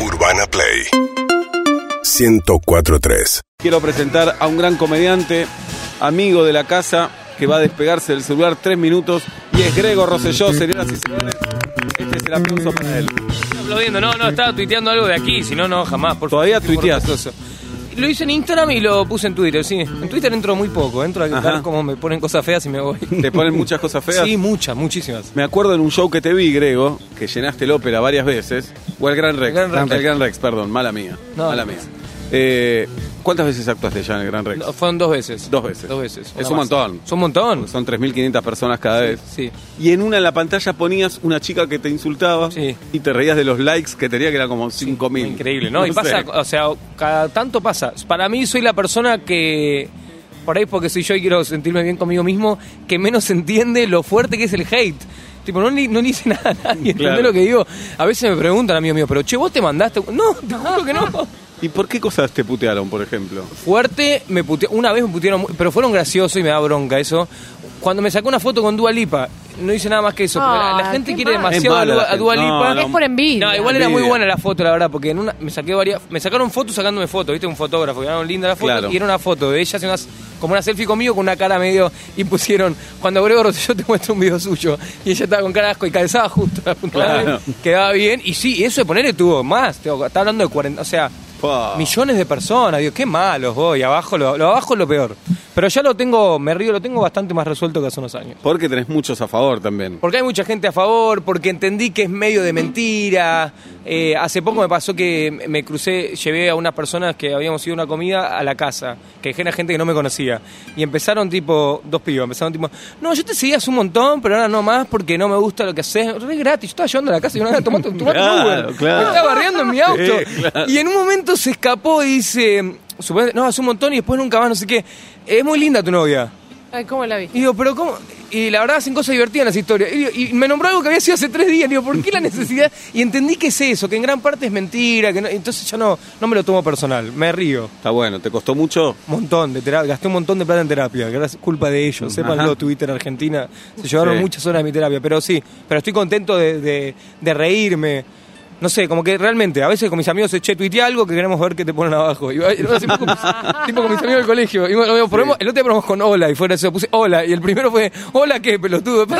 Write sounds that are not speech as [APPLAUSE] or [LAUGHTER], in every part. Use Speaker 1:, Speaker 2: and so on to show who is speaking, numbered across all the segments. Speaker 1: Urbana Play 1043.
Speaker 2: Quiero presentar a un gran comediante, amigo de la casa, que va a despegarse del celular tres minutos y es Grego Rosselló, señoras y señores. Este es el aplauso para él.
Speaker 3: aplaudiendo. No, no, estaba tuiteando algo de aquí, si no, no, jamás. Por
Speaker 2: Todavía
Speaker 3: favor, qué
Speaker 2: tuiteás.
Speaker 3: forzoso. Lo hice en Instagram y lo puse en Twitter, sí. En Twitter entro muy poco, entro a
Speaker 2: Ajá.
Speaker 3: ver cómo me ponen cosas feas y me voy.
Speaker 2: Te ponen muchas cosas feas.
Speaker 3: Sí, muchas, muchísimas.
Speaker 2: Me acuerdo en un show que te vi, Grego, que llenaste el ópera varias veces. O el Gran Rex.
Speaker 3: El Gran Rex.
Speaker 2: El Gran Rex, perdón, mala mía.
Speaker 3: No,
Speaker 2: mala
Speaker 3: no.
Speaker 2: mía. Eh, ¿Cuántas veces actuaste ya en el Gran Rex?
Speaker 3: No, fueron dos veces.
Speaker 2: Dos veces.
Speaker 3: Dos veces.
Speaker 2: Es
Speaker 3: Una
Speaker 2: un
Speaker 3: más.
Speaker 2: montón.
Speaker 3: Es un montón.
Speaker 2: Son 3.500 personas cada vez.
Speaker 3: Sí.
Speaker 2: Y en una en la pantalla ponías una chica que te insultaba
Speaker 3: Sí.
Speaker 2: y te reías de los likes que tenía, que era como 5.000.
Speaker 3: Increíble, ¿no? y
Speaker 2: sé.
Speaker 3: pasa, o sea, cada tanto pasa. Para mí soy la persona que, por ahí porque soy yo y quiero sentirme bien conmigo mismo, que menos entiende lo fuerte que es el hate. Tipo, no, le- no le hice [LAUGHS] nada a nadie, ¿entendés
Speaker 2: Claro.
Speaker 3: lo que digo? A veces me preguntan, amigo mío, pero che, ¿vos te mandaste? No, te juro que no.
Speaker 2: ¿Y por qué cosas te putearon, por ejemplo?
Speaker 3: Fuerte, me pute- una vez me putearon, mu- pero fueron graciosos y me da bronca eso. Cuando me sacó una foto con Dua Lipa, no hice nada más que eso. porque la- la,
Speaker 4: Ah,
Speaker 3: gente
Speaker 4: qué
Speaker 3: quiere
Speaker 4: mal.
Speaker 3: demasiado
Speaker 2: Es
Speaker 3: a
Speaker 2: mala
Speaker 3: Dua,
Speaker 2: la
Speaker 3: a Dua
Speaker 2: gente.
Speaker 3: Lipa.
Speaker 2: No, no.
Speaker 4: Es por envidia.
Speaker 3: No, igual era
Speaker 2: Envidia.
Speaker 3: muy buena la foto, la verdad, porque en una, me saqué varias, me sacaron fotos sacándome fotos, viste, un fotógrafo, quedaron linda la foto,
Speaker 2: Claro.
Speaker 3: y era una foto de ella haciendo unas- como una selfie conmigo con una cara medio, y pusieron, cuando Grego Rosselló te muestro un video suyo, y ella estaba con cara de asco y calzaba justo la punta de la
Speaker 2: Claro.
Speaker 3: nariz, quedaba bien, y sí, eso de ponerle tuvo más, tengo- está hablando de 40, o sea,
Speaker 2: Pa.
Speaker 3: millones de personas, digo, qué malos voy, abajo lo, lo abajo es lo peor. Pero ya lo tengo, me río, lo tengo bastante más resuelto que hace unos años.
Speaker 2: Porque tenés muchos a favor también.
Speaker 3: Porque hay mucha gente a favor, porque entendí que es medio de mentira. Eh, hace poco me pasó que me crucé, llevé a unas personas que habíamos ido a una comida a la casa, que era gente que no me conocía. Y empezaron tipo, dos pibas, empezaron tipo, no, yo te seguía hace un montón, pero ahora no más porque no me gusta lo que haces. Re gratis, yo estaba llevando a la casa y una vez tomate, tomate un
Speaker 2: Claro,
Speaker 3: Uber.
Speaker 2: claro.
Speaker 3: Me estaba barriendo en mi auto.
Speaker 2: Sí, claro.
Speaker 3: Y en un momento se escapó y dice, supuestamente, no, hace un montón y después nunca más, no sé qué. Es muy linda tu novia.
Speaker 4: Ay, ¿cómo la
Speaker 3: Y
Speaker 4: vi?
Speaker 3: digo, pero ¿cómo? Y la verdad hacen cosas divertidas en las historias. Y, digo, y me nombró algo que había sido hace tres días. Digo, ¿por qué la necesidad? Y entendí que es eso, que en gran parte es mentira. que no- Entonces yo no, no me lo tomo personal, me río.
Speaker 2: Está bueno, ¿te costó
Speaker 3: [LAUGHS]
Speaker 2: mucho?
Speaker 3: Montón de terapia, gasté un montón de plata en terapia, gracias, culpa de ellos, sépanlo Twitter Argentina, se llevaron
Speaker 2: Mm, Sí.
Speaker 3: muchas horas de mi terapia, pero sí, pero estoy contento de, de- de reírme, no sé, como que realmente, a veces con mis amigos, che, tuiteé algo que queremos ver qué te ponen abajo, y, va- y lo
Speaker 2: [LAUGHS]
Speaker 3: hacemos con mis- tipo con mis amigos del colegio, y bueno, probemos- el otro día probamos con hola, y fuera eso, puse hola, y el primero fue, hola qué, pelotudo, [LAUGHS] fue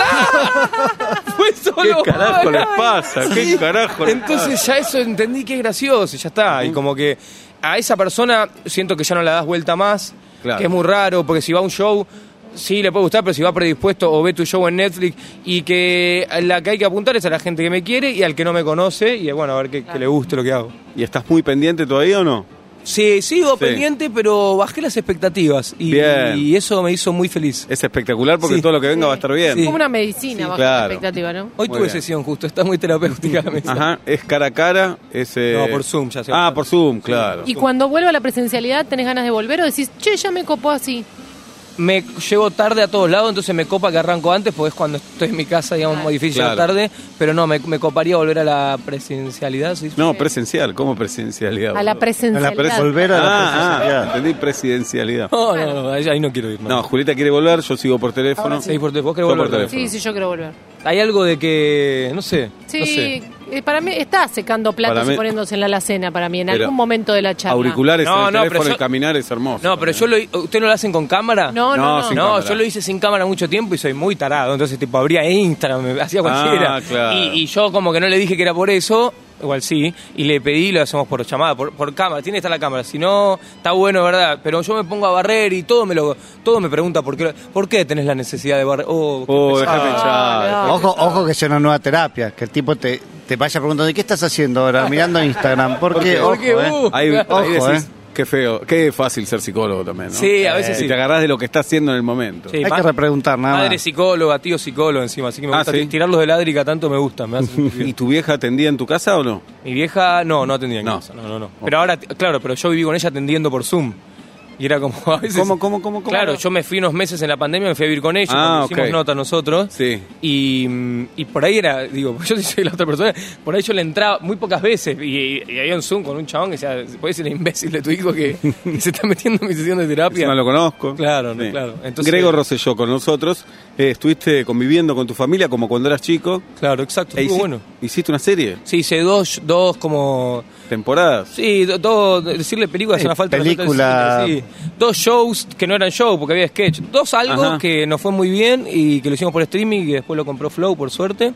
Speaker 3: Pues solo
Speaker 2: ¿Qué carajo
Speaker 3: hola.
Speaker 2: les pasa? ¿Qué carajo les
Speaker 3: Entonces ya eso entendí que es gracioso, y ya está. Y como que a esa persona siento que ya no la das vuelta más,
Speaker 2: Claro.
Speaker 3: que es muy raro, porque si va a un show, sí le puede gustar, pero si va predispuesto o ve tu show en Netflix, y que a la que hay que apuntar es a la gente que me quiere y al que no me conoce, y bueno, a ver que, que le guste lo que hago.
Speaker 2: ¿Y estás muy pendiente todavía o no?
Speaker 3: Sí, sigo
Speaker 2: Sí.
Speaker 3: pendiente, pero bajé las expectativas y,
Speaker 2: Bien.
Speaker 3: y eso me hizo muy feliz.
Speaker 2: Es espectacular porque
Speaker 3: Sí.
Speaker 2: todo lo que venga va a estar bien.
Speaker 3: Sí.
Speaker 4: Como una medicina bajo
Speaker 2: claro.
Speaker 4: la expectativa, ¿no?
Speaker 2: Muy
Speaker 3: Hoy tuve
Speaker 2: bien.
Speaker 3: sesión justo, está muy terapéutica la mesa.
Speaker 2: Ajá, es cara a cara, es... eh,
Speaker 3: No, por Zoom ya se
Speaker 2: Ah,
Speaker 3: va.
Speaker 2: por Zoom, claro.
Speaker 4: Y cuando vuelva a la presencialidad, ¿tenés ganas de volver o decís, che, ya me copó así?
Speaker 3: me llevo tarde a todos lados, entonces me copa que arranco antes, porque es cuando estoy en mi casa, digamos, muy difícil llegar
Speaker 2: Claro.
Speaker 3: tarde, pero no, me, me coparía volver a la presidencialidad. ¿sí?
Speaker 2: No, presencial, ¿cómo presencialidad?
Speaker 4: A la
Speaker 2: boludo?
Speaker 4: presencialidad.
Speaker 5: Volver a
Speaker 2: Ah,
Speaker 5: la
Speaker 2: ah, entendí presidencialidad.
Speaker 3: No, no, no, ahí ahí no quiero ir. No.
Speaker 2: No, Julieta quiere volver, yo sigo por teléfono.
Speaker 3: Sí, por- vos
Speaker 2: Yo
Speaker 3: querés
Speaker 2: por
Speaker 3: volver.
Speaker 2: teléfono.
Speaker 4: Sí, sí, yo quiero volver.
Speaker 3: Hay algo de que, no sé, no
Speaker 4: Sí,
Speaker 3: sé.
Speaker 4: eh, para mí está secando
Speaker 2: Para
Speaker 4: platos
Speaker 2: mí-
Speaker 4: y poniéndose en la alacena para mí, en
Speaker 2: Pero-
Speaker 4: algún momento de la charla.
Speaker 2: Auriculares
Speaker 3: No,
Speaker 2: en el
Speaker 3: no,
Speaker 2: teléfono,
Speaker 3: pero yo-
Speaker 2: el caminar es hermoso.
Speaker 3: No, pero yo lo, ¿ustedes no lo hacen con cámara?
Speaker 4: No, no,
Speaker 2: No,
Speaker 4: no.
Speaker 2: sin
Speaker 3: no,
Speaker 2: cámara.
Speaker 3: yo lo hice sin cámara mucho tiempo y soy muy tarado. Entonces, tipo, abría Instagram, [LAUGHS] me hacía cualquiera.
Speaker 2: Ah, claro.
Speaker 3: y, y yo como que no le dije que era por eso, igual sí, y le pedí, lo hacemos por llamada, por, por cámara, tiene que estar la cámara. Si no, está bueno, ¿verdad? Pero yo me pongo a barrer y todo me lo todo me pregunta por qué, lo- por qué tenés la necesidad de barrer. Oh, qué
Speaker 2: Oh,
Speaker 3: pesado.
Speaker 2: dejate echar.
Speaker 4: Ah, no.
Speaker 5: Ojo, ojo que sea una nueva terapia, que el tipo te, te vaya preguntando, ¿y qué estás haciendo ahora? Mirando Instagram, porque
Speaker 2: ¿Por
Speaker 3: qué?
Speaker 5: ojo,
Speaker 3: Uh.
Speaker 5: eh.
Speaker 2: Ahí, ahí
Speaker 5: Ojo,
Speaker 2: decís,
Speaker 5: eh.
Speaker 2: qué feo, qué fácil ser psicólogo también, ¿no?
Speaker 3: Sí, a veces
Speaker 2: Y
Speaker 3: sí.
Speaker 2: te agarrás de lo que está haciendo en el momento.
Speaker 3: Sí.
Speaker 5: hay
Speaker 3: ma-
Speaker 5: que repreguntar nada
Speaker 3: Madre
Speaker 5: más.
Speaker 3: psicóloga, tío psicólogo encima, así que me
Speaker 2: Ah,
Speaker 3: gusta
Speaker 2: ¿sí?
Speaker 3: ti- tirarlos de ladrica, tanto me gusta. Me hace
Speaker 2: [LAUGHS]
Speaker 3: sentir bien.
Speaker 2: ¿Y tu vieja atendía en tu casa o no?
Speaker 3: Mi vieja, no, no atendía en
Speaker 2: No.
Speaker 3: casa, no, no, no. Pero ahora, claro, pero yo viví con ella atendiendo por Zoom. Y era como [LAUGHS] a veces...
Speaker 2: ¿Cómo, cómo, cómo, cómo?
Speaker 3: Claro, yo me fui unos meses en la pandemia, me fui a vivir con ella,
Speaker 2: Ah,
Speaker 3: cuando
Speaker 2: ok.
Speaker 3: hicimos nota nosotros.
Speaker 2: Sí.
Speaker 3: Y, mm, y por ahí era, digo, [LAUGHS] yo sí soy la otra persona, por ahí yo le entraba muy pocas veces y, y había un Zoom con un chabón que decía, puede ser el imbécil de tu hijo que, [LAUGHS] que se está metiendo en mi sesión de terapia.
Speaker 2: no lo conozco.
Speaker 3: Claro, no, claro. Entonces- eh,
Speaker 2: Grego Rosselló con nosotros. Eh, estuviste conviviendo con tu familia como cuando eras chico.
Speaker 3: Claro, exacto,
Speaker 2: E
Speaker 3: estuvo
Speaker 2: hici-
Speaker 3: bueno.
Speaker 2: ¿Hiciste una serie?
Speaker 3: Sí, hice dos, dos como
Speaker 2: temporadas.
Speaker 3: Sí, do- todo, decirle películas
Speaker 5: Sí,
Speaker 3: es una falta de respeto
Speaker 5: película.
Speaker 3: al cine, sí. Dos shows que no eran show porque había sketch. Dos algo
Speaker 2: Ajá.
Speaker 3: que nos fue muy bien y que lo hicimos por streaming y después lo compró Flow, por suerte.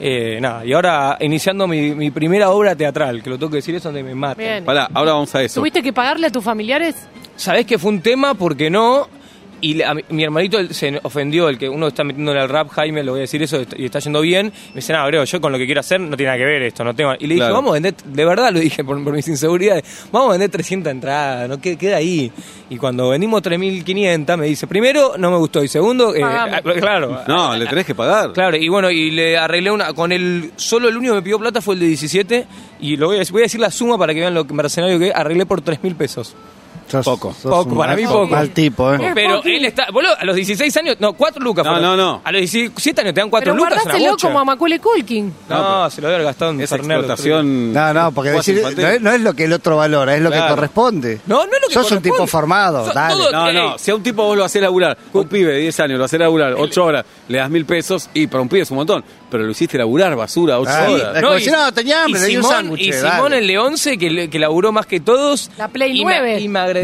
Speaker 3: Eh, nada, y ahora iniciando mi, mi primera obra teatral, que lo tengo que decir, es donde me mata.
Speaker 4: Bien.
Speaker 2: Pará, ahora vamos a eso.
Speaker 4: ¿Tuviste que pagarle a tus familiares?
Speaker 3: ¿Sabés que fue un tema? Porque no. Y la- mi, mi hermanito el- se ofendió, el que uno está metiéndole al rap, Jaime, le voy a decir eso, y está yendo bien. Me dice, no, bro, yo con lo que quiero hacer no tiene nada que ver esto, no tengo. Y le dije,
Speaker 2: Claro.
Speaker 3: vamos a vender, de verdad lo dije por, por mis inseguridades, vamos a vender 300 entradas, no Que- queda ahí. Y cuando vendimos 3.500, me dice, primero, no me gustó, y segundo, eh,
Speaker 4: Pagamos.
Speaker 3: ah, claro, ah,
Speaker 2: No, le tenés que pagar.
Speaker 3: Claro, y bueno, y le arreglé una. Con el. Solo el único que me pidió plata fue el de 17. Y lo voy a, decir- voy a decir la suma para que vean lo que- mercenario que arreglé por 3 mil pesos.
Speaker 5: Sos-
Speaker 2: Poco.
Speaker 5: sos
Speaker 3: Poco,
Speaker 5: un
Speaker 3: para
Speaker 5: mal-
Speaker 3: mí poco.
Speaker 5: Mal tipo, ¿eh?
Speaker 3: Pero
Speaker 4: poquito.
Speaker 3: él está. Boludo, a los 16 años. No, 4 lucas.
Speaker 2: No, no,
Speaker 3: fueron.
Speaker 2: no.
Speaker 3: A los 17 años te dan 4
Speaker 4: Pero
Speaker 3: lucas. una
Speaker 4: guardáselo
Speaker 3: bocha.
Speaker 4: como a Macaulay Culkin.
Speaker 3: No, se lo doy al Gastón.
Speaker 2: Esa
Speaker 3: Sarnello.
Speaker 2: explotación.
Speaker 5: No, no, porque
Speaker 2: Juegas
Speaker 5: decir,
Speaker 2: infantil.
Speaker 5: no, es, no es lo que el otro valora, es lo que
Speaker 2: Claro.
Speaker 5: corresponde.
Speaker 3: No, no es lo que
Speaker 5: Sos un tipo
Speaker 3: corresponde.
Speaker 5: formado,
Speaker 3: Sos-
Speaker 5: dale.
Speaker 3: todo-
Speaker 2: No, no, si a un tipo vos lo hacés laburar, un pibe de 10 años lo hacés laburar 8 horas, le das mil pesos y para un pibe es un montón, pero lo hiciste laburar basura 8
Speaker 5: Ah,
Speaker 2: horas.
Speaker 5: Es como si no, tenía hambre,
Speaker 3: y
Speaker 5: le di un
Speaker 3: Simón-
Speaker 5: sándwich,
Speaker 3: Y
Speaker 5: dale.
Speaker 3: Simón, el de 11, que, le- que laburó más que todos.
Speaker 4: La Play
Speaker 3: y Me,
Speaker 4: 9.
Speaker 3: y me agradeció,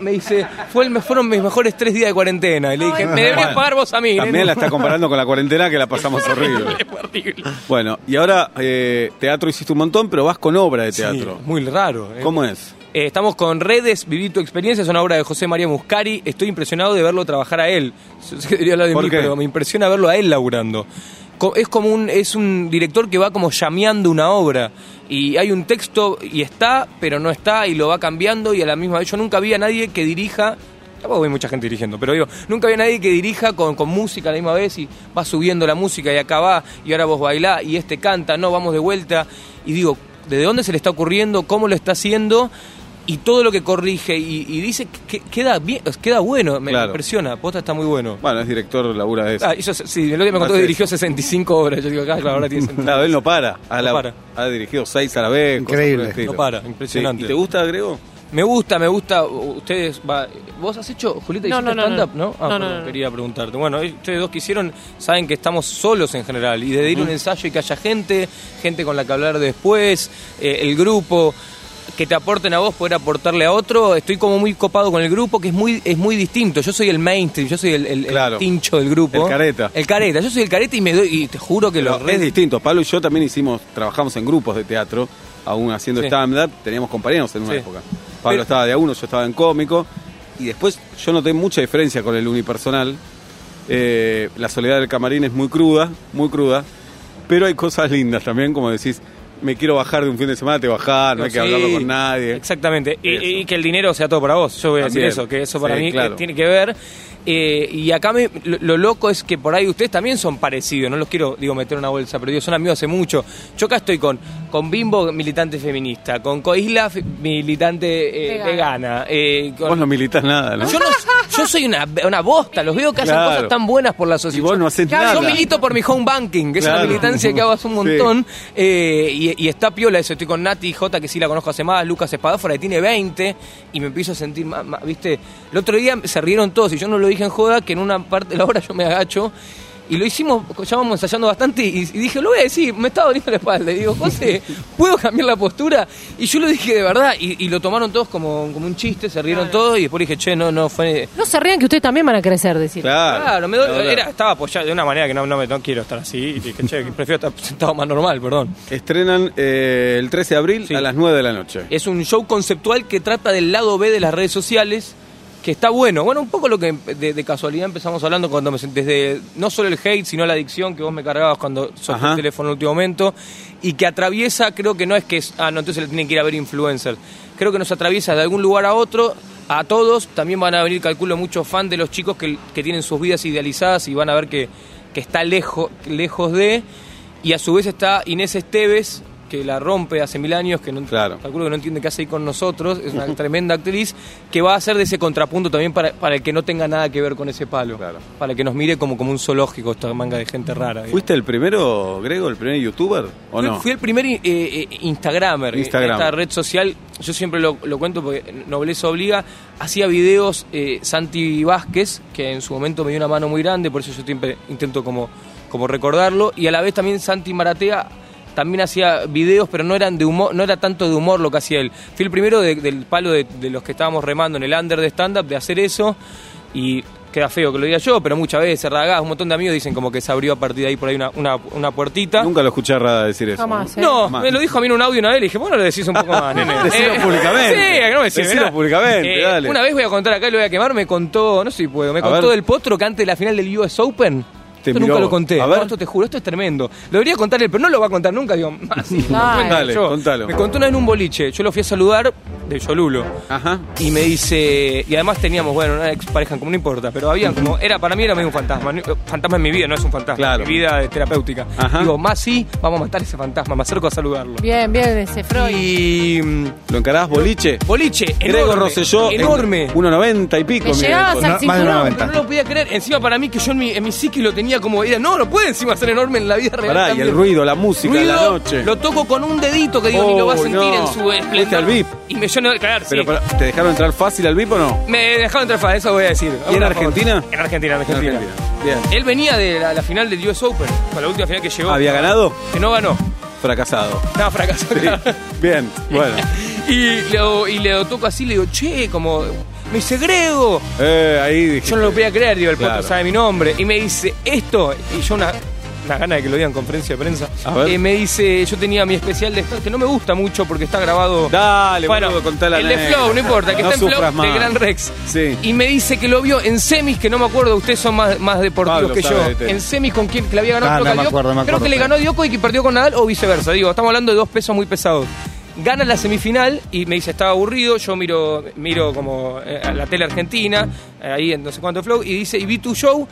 Speaker 3: me dice, fue el, me- fueron mis mejores tres días de cuarentena. Y le dije, me deberías
Speaker 2: Bueno,
Speaker 3: pagar vos a mí.
Speaker 2: También la
Speaker 3: [LAUGHS]
Speaker 2: está comparando con la cuarentena que la pasamos horrible. Bueno, y ahora eh, teatro hiciste un montón, pero vas con obra de teatro.
Speaker 3: Sí, muy raro. eh.
Speaker 2: ¿Cómo es?
Speaker 3: Eh, estamos con Redes, Vivir tu Experiencia, es una obra de José María Muscari. Estoy impresionado de verlo trabajar a él. [LAUGHS] Yo sé que debería hablar de
Speaker 2: ¿Por
Speaker 3: mí,
Speaker 2: qué?
Speaker 3: pero me impresiona verlo a él laburando. Co- Es como un, es un director que va como llameando una obra. Y hay un texto y está, pero no está, y lo va cambiando, y a la misma vez yo nunca vi a nadie que dirija. Tampoco vi mucha gente dirigiendo, pero digo, nunca vi a nadie que dirija con, con música a la misma vez y va subiendo la música y acá va, y ahora vos bailá, y este canta, no, vamos de vuelta. Y digo, ¿de dónde se le está ocurriendo? ¿Cómo lo está haciendo? y todo lo que corrige y, y dice que que- queda bien, queda bueno, me
Speaker 2: Claro.
Speaker 3: impresiona, posta está muy bueno.
Speaker 2: Bueno, es director, labura de eso.
Speaker 3: Ah, hizo- sí, lo que me
Speaker 2: Hace
Speaker 3: contó que dirigió 65 obras, yo digo, acá, claro, ahora tiene sentido.
Speaker 2: Claro, él [LAUGHS] no para. Ha,
Speaker 3: No
Speaker 2: la-
Speaker 3: para.
Speaker 2: ha dirigido seis a la vez. cosas por el
Speaker 5: Increíble.
Speaker 2: estilo.
Speaker 3: No para, impresionante.
Speaker 2: Sí, ¿Y te gusta, Grego?
Speaker 3: Me gusta, me gusta, ustedes, va- vos has hecho, Julieta,
Speaker 4: No,
Speaker 3: hiciste
Speaker 4: no, no,
Speaker 3: stand-up,
Speaker 4: no.
Speaker 3: ¿no? Ah,
Speaker 4: No, no,
Speaker 3: perdón,
Speaker 4: no.
Speaker 3: quería preguntarte. Bueno, eh, ustedes dos que hicieron saben que estamos solos en general y de ir a un ensayo y que haya gente, gente con la que hablar después, eh, el grupo que te aporten a vos, poder aportarle a otro. Estoy como muy copado con el grupo, que es muy es muy distinto. Yo soy el mainstream, yo soy el, el- el
Speaker 2: Claro.
Speaker 3: tincho del grupo.
Speaker 2: El careta.
Speaker 3: El careta. Yo soy el careta y me doy y te juro que lo
Speaker 2: Pero es distinto. Pablo y yo también hicimos, trabajamos en grupos de teatro, aún haciendo
Speaker 3: Sí.
Speaker 2: stand-up, teníamos compañeros en una
Speaker 3: Sí.
Speaker 2: época. Pablo
Speaker 3: Pero-
Speaker 2: estaba de a uno, yo estaba en cómico. Y después yo noté mucha diferencia con el unipersonal. Eh, la soledad del camarín es muy cruda, muy cruda. Pero hay cosas lindas también, como decís, me quiero bajar de un fin de semana, te bajás, no hay que
Speaker 3: Sí,
Speaker 2: hablarlo con nadie.
Speaker 3: Exactamente. Y,
Speaker 2: Eso.
Speaker 3: y que el dinero sea todo para vos. Yo voy a
Speaker 2: También.
Speaker 3: decir eso, que eso para
Speaker 2: Sí,
Speaker 3: mí
Speaker 2: claro.
Speaker 3: eh, tiene que ver. Eh, y acá me- lo, lo loco es que por ahí ustedes también son parecidos. No los quiero, digo, meter en una bolsa, pero digo, son amigos hace mucho. Yo acá estoy con, con Bimbo, militante feminista, con Coisla, fe- militante eh,
Speaker 4: Vegana.
Speaker 3: vegana. eh, con-
Speaker 2: Vos no militás nada, ¿no?
Speaker 3: yo, no- yo soy una, una bosta, los veo que hacen
Speaker 2: Claro.
Speaker 3: cosas tan buenas por la
Speaker 2: Y
Speaker 3: sociedad.
Speaker 2: vos no hacés
Speaker 4: Claro,
Speaker 2: nada.
Speaker 4: yo
Speaker 3: Yo milito por mi home banking, que es
Speaker 2: Claro.
Speaker 3: una militancia que hago hace un montón. eh, y, y está piola eso. Estoy con Nati J, que sí la conozco hace más, Lucas Espadófora, que tiene 20, y me empiezo a sentir más, más, ¿viste? El otro día se rieron todos, y yo no lo dije en joda, que en una parte de la hora yo me agacho. Y lo hicimos, ya vamos ensayando bastante, y, y dije, lo voy a decir, me está doliendo la espalda. Y digo, José, ¿puedo cambiar la postura? Y yo lo dije de verdad, y, y lo tomaron todos como, como un chiste, se rieron todos, y después dije, che, no, no, fue...
Speaker 4: No se rían que ustedes también van a crecer, decir.
Speaker 2: Claro,
Speaker 3: Claro, me doy-
Speaker 2: la verdad.
Speaker 3: era- estaba apoyado de una manera que no, no, me- no quiero estar así. Y dije, che, que prefiero estar sentado más normal, perdón.
Speaker 2: Estrenan eh, el 13 de abril
Speaker 3: Sí.
Speaker 2: a las 9 de la noche.
Speaker 3: Es un show conceptual que trata del lado B de las redes sociales, que está bueno. Bueno, un poco lo que de, de casualidad empezamos hablando cuando me sent- desde no solo el hate, sino la adicción que vos me cargabas cuando solté
Speaker 2: Ajá.
Speaker 3: el teléfono en el último momento, y que atraviesa, creo que no es que es, ah, no, entonces le tienen que ir a ver influencers. Creo que nos atraviesa de algún lugar a otro. A todos, también van a venir, calculo, muchos fans de los chicos que, que tienen sus vidas idealizadas y van a ver que, que está lejos, lejos de. Y a su vez está Inés Esteves, que la rompe hace mil años, que no,
Speaker 2: Claro.
Speaker 3: calculo que no entiende qué hace ahí con nosotros, es una tremenda actriz, que va a hacer de ese contrapunto también para, para el que no tenga nada que ver con ese palo.
Speaker 2: Claro.
Speaker 3: Para el que nos mire como, como un zoológico, esta manga de gente rara. digamos.
Speaker 2: ¿Fuiste el primero, Grego, el primer youtuber o
Speaker 3: Fui-
Speaker 2: no?
Speaker 3: Fui el primer eh, eh, Instagramer en
Speaker 2: Instagram.
Speaker 3: esta red social. Yo siempre lo, lo cuento porque Nobleza Obliga. Hacía videos eh, Santi Vázquez, que en su momento me dio una mano muy grande, por eso yo siempre intento como, como recordarlo. Y a la vez también Santi Maratea también hacía videos, pero no eran de humor, no era tanto de humor lo que hacía él. Fui el primero de- del palo de, de los que estábamos remando en el under de stand-up, de hacer eso, y queda feo que lo diga yo, pero muchas veces Radagás, un montón de amigos dicen como que se abrió a partir de ahí por ahí una, una, una puertita.
Speaker 2: Nunca lo escuché a Rada decir eso.
Speaker 4: Jamás, ¿eh?
Speaker 3: No,
Speaker 2: Mal.
Speaker 3: me lo dijo a mí en un audio una vez, le dije, vos no lo decís un poco
Speaker 2: [LAUGHS]
Speaker 3: más, nene. Eh,
Speaker 2: Decilo públicamente.
Speaker 3: [LAUGHS] Sí, que no me sirve
Speaker 2: Decilo
Speaker 3: nada. Eh,
Speaker 2: públicamente, dale.
Speaker 3: Una vez voy a contar acá y lo voy a quemar, me contó, no sé si puedo, me
Speaker 2: A
Speaker 3: contó
Speaker 2: ver.
Speaker 3: del potro que antes de la final del US Open.
Speaker 2: Te
Speaker 3: esto
Speaker 2: miró
Speaker 3: nunca
Speaker 2: vos.
Speaker 3: lo conté.
Speaker 2: A ver.
Speaker 3: No, esto te juro, esto es tremendo. Lo debería contar él, pero no lo va a contar nunca, digo, [LAUGHS] así. lo
Speaker 4: Dale.
Speaker 3: cuento
Speaker 2: Dale,
Speaker 3: yo.
Speaker 2: contalo.
Speaker 3: Me contó una vez en un boliche, yo lo fui a saludar de Cholulo.
Speaker 2: Ajá.
Speaker 3: Y me dice, y además teníamos, bueno, una ex pareja en común, no importa, pero había como, era para mí era medio un fantasma. no- Fantasma en mi vida, no es un fantasma.
Speaker 2: Claro.
Speaker 3: Mi vida es terapéutica.
Speaker 2: Ajá.
Speaker 3: Digo, más sí, vamos a matar ese fantasma, me acerco a saludarlo.
Speaker 4: Bien, bien, ese Freud.
Speaker 3: Y. mm,
Speaker 2: ¿Lo encarás boliche?
Speaker 3: Boliche,
Speaker 2: Grego
Speaker 3: enorme,
Speaker 2: Rosselló. en
Speaker 3: Enorme.
Speaker 2: 1,90 y pico.
Speaker 4: Me
Speaker 2: mide
Speaker 4: llegabas
Speaker 2: eso, ¿no?
Speaker 4: al
Speaker 5: más de una
Speaker 4: cinturón.
Speaker 5: noventa.
Speaker 3: Pero no lo podía creer, encima para mí que yo en mi, en mi psique lo tenía como era, no, no puede encima ser enorme en la vida real.
Speaker 2: Pará, y
Speaker 3: también.
Speaker 2: el ruido, la música, de la
Speaker 3: Ruido,
Speaker 2: noche.
Speaker 3: Lo toco con un dedito que digo, ni lo va a
Speaker 2: Oh,
Speaker 3: sentir
Speaker 2: no.
Speaker 3: en su
Speaker 2: Fuiste
Speaker 3: esplendor.
Speaker 2: al VIP.
Speaker 3: Y me yo no, claro, sí.
Speaker 2: Pero pará, ¿te dejaron entrar fácil al VIP o no?
Speaker 3: Me dejaron entrar fan, eso voy a decir.
Speaker 2: ¿Y en
Speaker 3: Por favor.
Speaker 2: Argentina?
Speaker 3: En Argentina, en Argentina.
Speaker 2: Bien.
Speaker 3: Él venía de la, la final del US Open, con la última final que llegó.
Speaker 2: ¿Había ganado?
Speaker 3: Que no ganó.
Speaker 2: Fracasado.
Speaker 3: Estaba fracasado.
Speaker 2: Sí. Bien,
Speaker 3: [LAUGHS]
Speaker 2: bueno.
Speaker 3: Y, lo, y le toco así, le digo, che, como. Me dice, Grego.
Speaker 2: Eh, ahí dije.
Speaker 3: Yo no lo podía creer, digo, el
Speaker 2: Claro.
Speaker 3: potro sabe mi nombre. Y me dice, esto. Y yo una. Una gana de que lo digan en conferencia de prensa.
Speaker 2: A ver.
Speaker 3: Eh, me dice, yo tenía mi especial de Flow, que no me gusta mucho porque está grabado.
Speaker 2: Dale, boludo, contá la
Speaker 3: El de
Speaker 2: anécdota.
Speaker 3: Flow, no importa, que
Speaker 2: No
Speaker 3: está en Flow
Speaker 2: sufras más.
Speaker 3: de Gran Rex.
Speaker 2: Sí.
Speaker 3: Y me dice que lo vio en semis, que no me acuerdo, ustedes son más, más deportivos
Speaker 2: Pablo
Speaker 3: que yo.
Speaker 2: sabe de tenis.
Speaker 3: En semis con quién que la había ganado,
Speaker 5: Ah,
Speaker 3: creo,
Speaker 5: no,
Speaker 3: que
Speaker 5: me
Speaker 3: a Djokovic-
Speaker 5: acuerdo, me
Speaker 3: creo que
Speaker 5: acuerdo.
Speaker 3: le ganó Dioco y que perdió con Nadal o viceversa. Digo, estamos hablando de dos pesos muy pesados. Gana la semifinal y me dice, estaba aburrido, yo miro, miro como eh, a la tele argentina, eh, ahí en no sé cuánto flow, y dice, y vi tu show,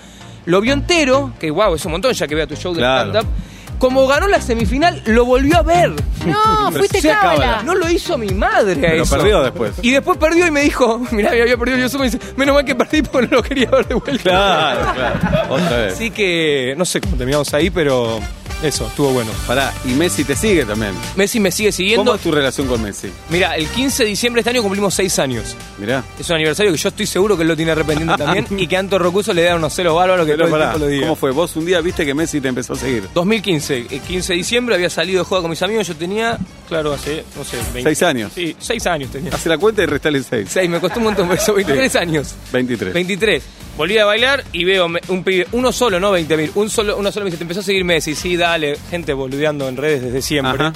Speaker 3: lo vio entero, que wow, es un montón ya que vea tu show de
Speaker 2: Claro.
Speaker 3: stand-up. Como ganó la semifinal, lo volvió a ver.
Speaker 4: No,
Speaker 2: Pero
Speaker 4: fuiste
Speaker 2: se acaba
Speaker 4: cábala.
Speaker 3: No lo hizo mi madre a
Speaker 2: Pero
Speaker 3: eso.
Speaker 2: perdió después.
Speaker 3: Y después perdió y me dijo, [LAUGHS] mirá, me había perdido yo solo. Y dice, menos mal que perdí porque no lo quería ver de vuelta.
Speaker 2: Claro, claro. Otra vez.
Speaker 3: Así que no sé cómo terminamos ahí, pero eso, estuvo bueno.
Speaker 2: Pará, y Messi te sigue también.
Speaker 3: Messi me sigue
Speaker 2: ¿Cómo
Speaker 3: siguiendo.
Speaker 2: es tu relación con Messi?
Speaker 3: Mira, el 15 de diciembre de este año cumplimos 6 años.
Speaker 2: Mirá.
Speaker 3: Es un aniversario que yo estoy seguro que él lo
Speaker 2: [LAUGHS]
Speaker 3: tiene arrepentido también y que Anto Rocuso le da unos celos bárbaros que
Speaker 2: Pero
Speaker 3: todo el
Speaker 2: pará,
Speaker 3: tiempo lo diga.
Speaker 2: ¿cómo fue? Vos un día viste que Messi te empezó a seguir.
Speaker 3: 2015, el 15 de diciembre había salido de juego con mis amigos, yo tenía, claro, hace, no sé, 20.
Speaker 2: Seis años.
Speaker 3: Sí, 6 años tenía.
Speaker 2: Hace la cuenta y restale 6.
Speaker 3: 6, me costó un montón, pero son 23 años.
Speaker 2: 23.
Speaker 3: 23. Volví a bailar y veo me- un pibe, uno solo, no 20.000, un solo, uno solo me dice, te empezó a seguir Messi, sí, dale, gente boludeando en redes desde siempre.
Speaker 2: Ajá.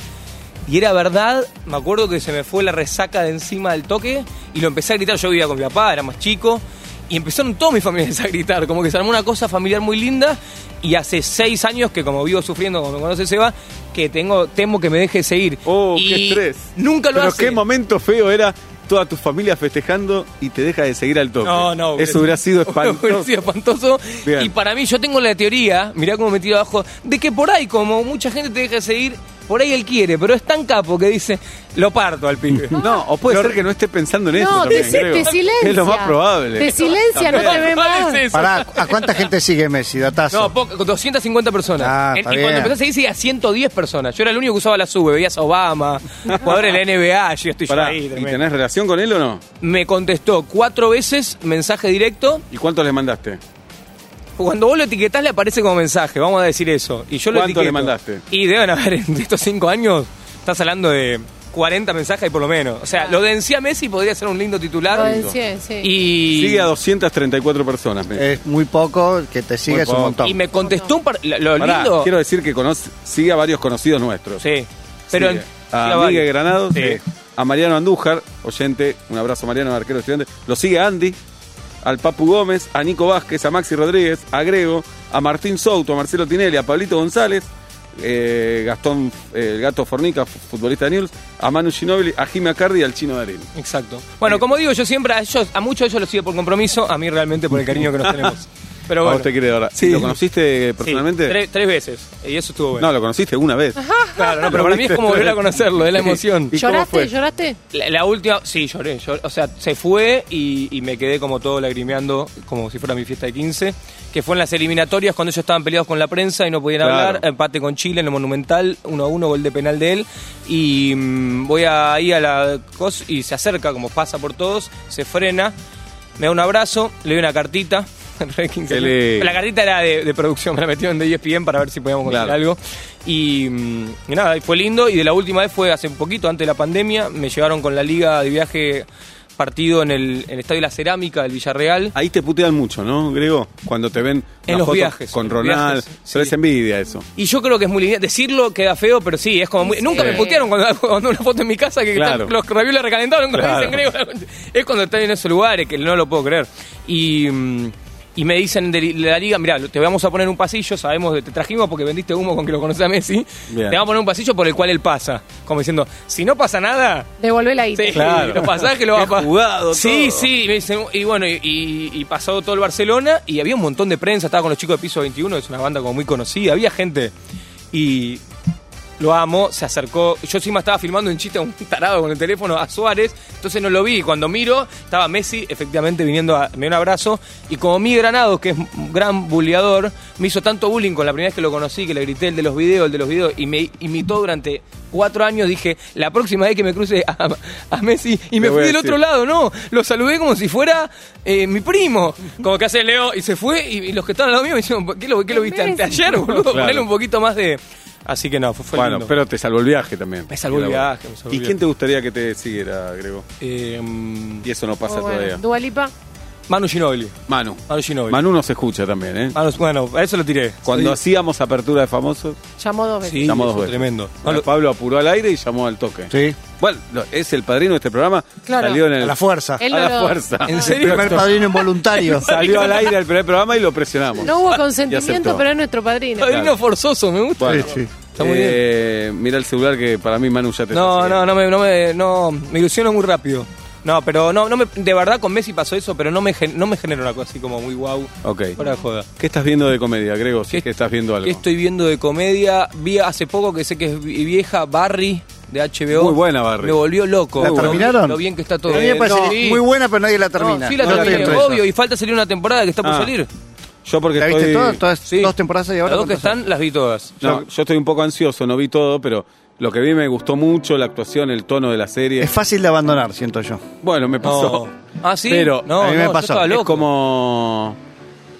Speaker 3: Y era verdad, me acuerdo que se me fue la resaca de encima del toque y lo empecé a gritar, yo vivía con mi papá, era más chico, y empezaron todas mis familias a gritar, como que se armó una cosa familiar muy linda y hace seis años que como vivo sufriendo, como me conoce Seba, que tengo, temo que me deje seguir.
Speaker 2: Oh,
Speaker 3: Y
Speaker 2: qué estrés.
Speaker 3: Nunca lo
Speaker 2: Pero
Speaker 3: hace.
Speaker 2: qué momento feo era toda tu familia festejando y te deja de seguir al toque.
Speaker 3: No, no.
Speaker 2: Eso hubiera
Speaker 3: [LAUGHS]
Speaker 2: sido
Speaker 3: Hubiera
Speaker 2: espantoso.
Speaker 3: sido espantoso.
Speaker 2: Bien.
Speaker 3: Y para mí, yo tengo la teoría, mirá cómo me tiro abajo, de que por ahí, como mucha gente te deja de seguir, por ahí él quiere, pero es tan capo que dice, lo parto al pibe.
Speaker 2: [LAUGHS] No, o puede ser que no estés pensando en eso.
Speaker 4: No,
Speaker 2: también,
Speaker 4: te, si-
Speaker 2: creo.
Speaker 4: te silencia.
Speaker 2: Es lo más probable.
Speaker 4: Te silencia, no te ve
Speaker 3: ¿Cuál
Speaker 4: más.
Speaker 3: es eso?
Speaker 5: Pará, ¿a cuánta gente sigue Messi? Datazo.
Speaker 3: No, poco, con 250 personas.
Speaker 5: Ah,
Speaker 3: En-
Speaker 5: está
Speaker 3: y
Speaker 5: bien.
Speaker 3: cuando empecé a seguir, seguía 110 personas. Yo era el único que usaba la sube, veías a Obama, jugadores de la NBA, yo estoy yo
Speaker 2: Pará, ¿y
Speaker 3: ahí. tremendo.
Speaker 2: tenés relación con él o no?
Speaker 3: Me contestó cuatro veces, mensaje directo.
Speaker 2: ¿Y cuántos le mandaste?
Speaker 3: Cuando vos lo etiquetás le aparece como mensaje, vamos a decir eso. Y yo lo
Speaker 2: ¿Cuánto
Speaker 3: etiqueto.
Speaker 2: le mandaste?
Speaker 3: Y deben haber, de estos cinco años, estás hablando de 40 mensajes por lo menos. O sea, lo de Encía Messi podría ser un lindo titular.
Speaker 4: Lo denuncié, sí.
Speaker 3: Y, Eh,
Speaker 2: Sigue a 234 personas. Messi.
Speaker 5: Es muy poco, que te sigue
Speaker 2: Muy
Speaker 5: es un
Speaker 2: poco.
Speaker 5: montón.
Speaker 3: y me contestó un par... Lo lo
Speaker 2: Pará,
Speaker 3: lindo...
Speaker 2: quiero decir que conoce- sigue a varios conocidos nuestros.
Speaker 3: Sí. Pero...
Speaker 2: Sigue
Speaker 3: Ya
Speaker 2: a
Speaker 3: vale.
Speaker 2: Miguel Granados, eh.
Speaker 3: Sí.
Speaker 2: sí. a Mariano Andújar, oyente, un abrazo Mariano, arquero estudiante. Lo sigue a Andy, al Papu Gómez, a Nico Vázquez, a Maxi Rodríguez, a Grego, a Martín Souto, a Marcelo Tinelli, a Pablito González, eh, Gastón, eh, el gato Fornica, fu- futbolista de News, a Manu Ginóbili, a Jimmy Acardi y al Chino Darín.
Speaker 3: Exacto. Bueno, como digo, yo siempre a ellos, a muchos de ellos los sigo por compromiso, a mí realmente por el cariño
Speaker 2: [LAUGHS]
Speaker 3: que nos tenemos. Pero
Speaker 2: ¿A
Speaker 3: bueno.
Speaker 2: vos te quiere ahora?
Speaker 3: Sí.
Speaker 2: ¿Lo conociste
Speaker 3: Sí,
Speaker 2: personalmente?
Speaker 3: tres, tres veces. Y eso estuvo bueno.
Speaker 2: No, lo conociste una vez.
Speaker 3: claro, no, pero para mí es como volver a conocerlo, es la emoción.
Speaker 2: [LAUGHS] ¿Y cómo
Speaker 4: ¿Lloraste?
Speaker 2: fue?
Speaker 4: ¿Lloraste?
Speaker 3: La, la última, sí, lloré, lloré. O sea, se fue y, y me quedé como todo lagrimeando, como si fuera mi fiesta de 15. Que fue en las eliminatorias cuando ellos estaban peleados con la prensa y no podían
Speaker 2: Claro.
Speaker 3: hablar. Empate con Chile en el Monumental, 1 a 1, gol de penal de él. Y mm, voy ahí a la cos y se acerca, como pasa por todos, se frena, me da un abrazo, le doy una cartita. [LAUGHS] Re 15
Speaker 2: Qué
Speaker 3: mil.
Speaker 2: lindo.
Speaker 3: La cartita era de, de producción, me la metieron de E ESPN para ver si podíamos conseguir
Speaker 2: Claro.
Speaker 3: algo. Y, mm, y nada, y fue lindo. Y de la última vez fue hace un poquito, antes de la pandemia. Me llevaron con la liga de viaje partido en el, en el Estadio La Cerámica del Villarreal.
Speaker 2: Ahí te putean mucho, ¿no, Grego? Cuando te ven
Speaker 3: En
Speaker 2: una
Speaker 3: los
Speaker 2: foto
Speaker 3: viajes,
Speaker 2: con
Speaker 3: en los
Speaker 2: Ronald.
Speaker 3: viajes,
Speaker 2: Pero
Speaker 3: sí.
Speaker 2: es envidia eso.
Speaker 3: Y yo creo que es muy lindo. Decirlo queda feo, pero sí, es como muy. Nunca me
Speaker 4: Sí.
Speaker 3: putearon cuando cuando una foto en mi casa que
Speaker 2: Claro.
Speaker 3: están los ravioles recalentados. nunca me dicen
Speaker 2: Claro.
Speaker 3: griego. Es cuando están en esos lugares que no lo puedo creer. Y. mm, Y me dicen de la liga, mira, te vamos a poner un pasillo, sabemos, que te trajimos porque vendiste humo con que lo conoces a Messi,
Speaker 2: Bien.
Speaker 3: te vamos a poner un pasillo por el cual él pasa. Como diciendo, si no pasa nada,
Speaker 4: Devolvé la guita.
Speaker 3: Sí,
Speaker 2: Claro.
Speaker 3: los pasajes lo va a
Speaker 2: Qué
Speaker 3: pagar.
Speaker 2: jugado
Speaker 3: Sí,
Speaker 2: todo.
Speaker 3: sí, me dicen, y bueno, y, y- y pasó todo el Barcelona y había un montón de prensa, estaba con los chicos de Piso 21, es una banda como muy conocida, había gente y lo amo, se acercó, yo encima estaba filmando un chiste, un tarado con el teléfono a Suárez, entonces no lo vi, cuando miro estaba Messi efectivamente viniendo a me dio un abrazo y como mi Granados, que es un gran buleador, me hizo tanto bullying con la primera vez que lo conocí, que le grité el de los videos, el de los videos y me imitó durante cuatro años, dije, la próxima vez que me cruce a, a Messi y me
Speaker 2: Le voy
Speaker 3: fui
Speaker 2: a
Speaker 3: del
Speaker 2: decir.
Speaker 3: otro lado, no, lo saludé como si fuera eh, mi primo, como que hace Leo y se fue y, y los que estaban al lado mío me dijeron, ¿qué lo, qué lo viste ante ayer, boludo?
Speaker 2: Claro.
Speaker 3: Ponele un poquito más de... Así que no, fue, fue
Speaker 2: bueno,
Speaker 3: lindo.
Speaker 2: pero te salvó el viaje también.
Speaker 3: Me salvó el
Speaker 2: Y la verdad.
Speaker 3: viaje, me salvó
Speaker 2: ¿Y
Speaker 3: el
Speaker 2: quién
Speaker 3: viaje.
Speaker 2: te gustaría que te siguiera, Grego?
Speaker 3: Eh, mm,
Speaker 2: Y eso no pasa
Speaker 4: Oh, bueno.
Speaker 2: todavía.
Speaker 4: Dua Lipa.
Speaker 3: Manu Ginobili.
Speaker 2: Manu.
Speaker 3: Manu Ah, Ginobili.
Speaker 2: Manu nos escucha también, ¿eh?
Speaker 3: Manu- bueno, a eso lo tiré.
Speaker 2: Cuando hacíamos apertura de famosos,
Speaker 4: Llamó dos veces.
Speaker 3: Sí,
Speaker 2: llamó
Speaker 3: eso
Speaker 2: dos veces.
Speaker 3: tremendo.
Speaker 2: Bueno,
Speaker 3: No, lo-
Speaker 2: Pablo apuró al aire y llamó al toque.
Speaker 5: Sí,
Speaker 2: Bueno, lo- es el padrino de este programa.
Speaker 4: Claro.
Speaker 2: Salió en el,
Speaker 5: a la fuerza.
Speaker 4: Él
Speaker 2: a
Speaker 4: no
Speaker 2: la
Speaker 4: lo-
Speaker 2: fuerza.
Speaker 3: ¿En
Speaker 5: El
Speaker 3: serio?
Speaker 5: primer padrino
Speaker 3: [LAUGHS]
Speaker 5: involuntario.
Speaker 2: Salió al aire el primer programa y lo presionamos.
Speaker 4: No hubo
Speaker 2: Y aceptó.
Speaker 4: consentimiento, pero es nuestro padrino.
Speaker 3: Padrino forzoso, me gusta.
Speaker 2: Bueno,
Speaker 5: Sí, sí.
Speaker 3: Está muy bien.
Speaker 2: eh, mira el celular que para mí Manu ya te está
Speaker 3: No,
Speaker 2: siguiendo.
Speaker 3: no, no me, no me, no, me ilusiono muy rápido. No, pero no, no me, de verdad con Messi pasó eso, pero no me, gen- no me genera una cosa así como muy guau.
Speaker 2: Ok.
Speaker 3: Para joda.
Speaker 2: ¿Qué estás viendo de comedia, Grego? Si es que estás viendo algo.
Speaker 3: ¿Qué estoy viendo de comedia? Vi hace poco que sé que es vi- vieja, Barry, de HBO.
Speaker 2: Muy buena, Barry.
Speaker 3: Me volvió loco.
Speaker 5: ¿La
Speaker 3: Lo-
Speaker 5: terminaron?
Speaker 3: Lo bien que está todo.
Speaker 5: A mí me
Speaker 3: Eh,
Speaker 5: parece
Speaker 3: no,
Speaker 5: que
Speaker 3: sí.
Speaker 5: es muy buena, pero nadie la termina.
Speaker 3: No, sí, la
Speaker 5: No estoy
Speaker 3: terminé,
Speaker 5: dentro de
Speaker 3: obvio,
Speaker 5: eso.
Speaker 3: y falta salir una temporada que está por
Speaker 2: Ah.
Speaker 3: salir.
Speaker 2: Yo porque
Speaker 5: ¿La
Speaker 2: estoy...
Speaker 5: viste toda? ¿Todas
Speaker 3: Sí.
Speaker 5: dos temporadas y ahora?
Speaker 3: Las dos que
Speaker 5: cuántas son?
Speaker 3: están, las vi todas.
Speaker 2: No, yo estoy un poco ansioso, no vi todo, pero lo que vi me gustó mucho, la actuación, el tono de la serie.
Speaker 5: Es fácil de abandonar, siento yo.
Speaker 2: Bueno, me pasó.
Speaker 3: No. Ah, sí.
Speaker 2: Pero
Speaker 3: no,
Speaker 5: a mí me
Speaker 3: no, yo
Speaker 5: pasó.
Speaker 3: estaba
Speaker 2: es
Speaker 3: loco.
Speaker 2: como...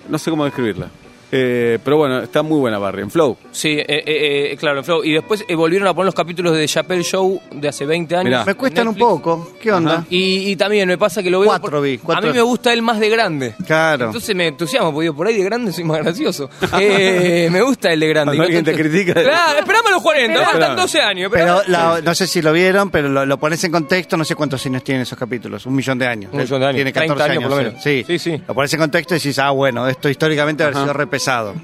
Speaker 2: No sé cómo describirla. Eh, pero bueno, está muy buena Barry, en Flow.
Speaker 3: Sí, eh, eh, eh, claro, en Flow. Y después eh, volvieron a poner los capítulos de Chappelle Show de hace 20 años. [LAUGHS]
Speaker 2: Mirá. Ah,
Speaker 5: Me cuestan
Speaker 3: Netflix.
Speaker 5: un poco. ¿Qué onda?
Speaker 3: Y, y también me pasa que lo veo.
Speaker 5: Cuatro vi, cuatro.
Speaker 3: A mí me gusta él más de grande.
Speaker 5: Claro.
Speaker 3: Entonces me entusiasmo, porque digo, por ahí de grande soy más
Speaker 5: [LAUGHS]
Speaker 3: gracioso. Eh, me gusta el de grande.
Speaker 2: Cuando alguien te critica.
Speaker 3: Claro, esperame a los 40,
Speaker 2: Esperame.
Speaker 3: faltan 12 años.
Speaker 5: pero
Speaker 3: esperame.
Speaker 5: la- no sé si lo vieron, pero lo, lo pones en contexto. No sé cuántos años tienen esos capítulos. Un millón de años.
Speaker 3: Un millón de años,
Speaker 5: Tiene
Speaker 3: 30
Speaker 5: 14
Speaker 3: años, por lo menos.
Speaker 5: Sí.
Speaker 3: Sí, sí.
Speaker 5: Lo pones en contexto y decís, ah, bueno, esto históricamente habrá
Speaker 2: Ajá.
Speaker 5: sido repesado.